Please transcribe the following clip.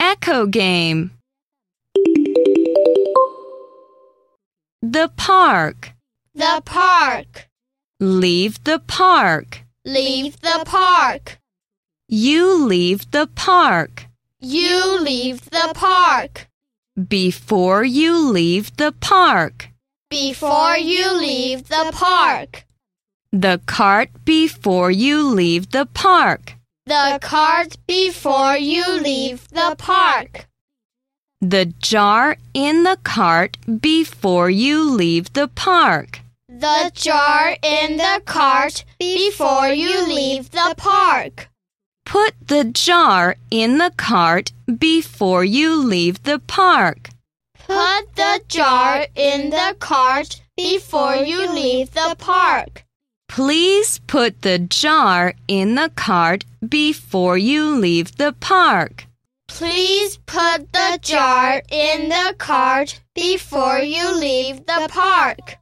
Echo game. The park. The park. Leave the park. Leave the park. You leave the park. You leave the park. Before you leave the park. Before you leave the park. The cart before you leave the park. The cart before you leave the park. The jar in the cart before you leave the park. The jar in the cart before you leave the park. Put the jar in the cart before you leave the park. Put the jar in the cart before you leave the park. Please put the jar in the cart before you leave the park. Please put the jar in the cart before you leave the park.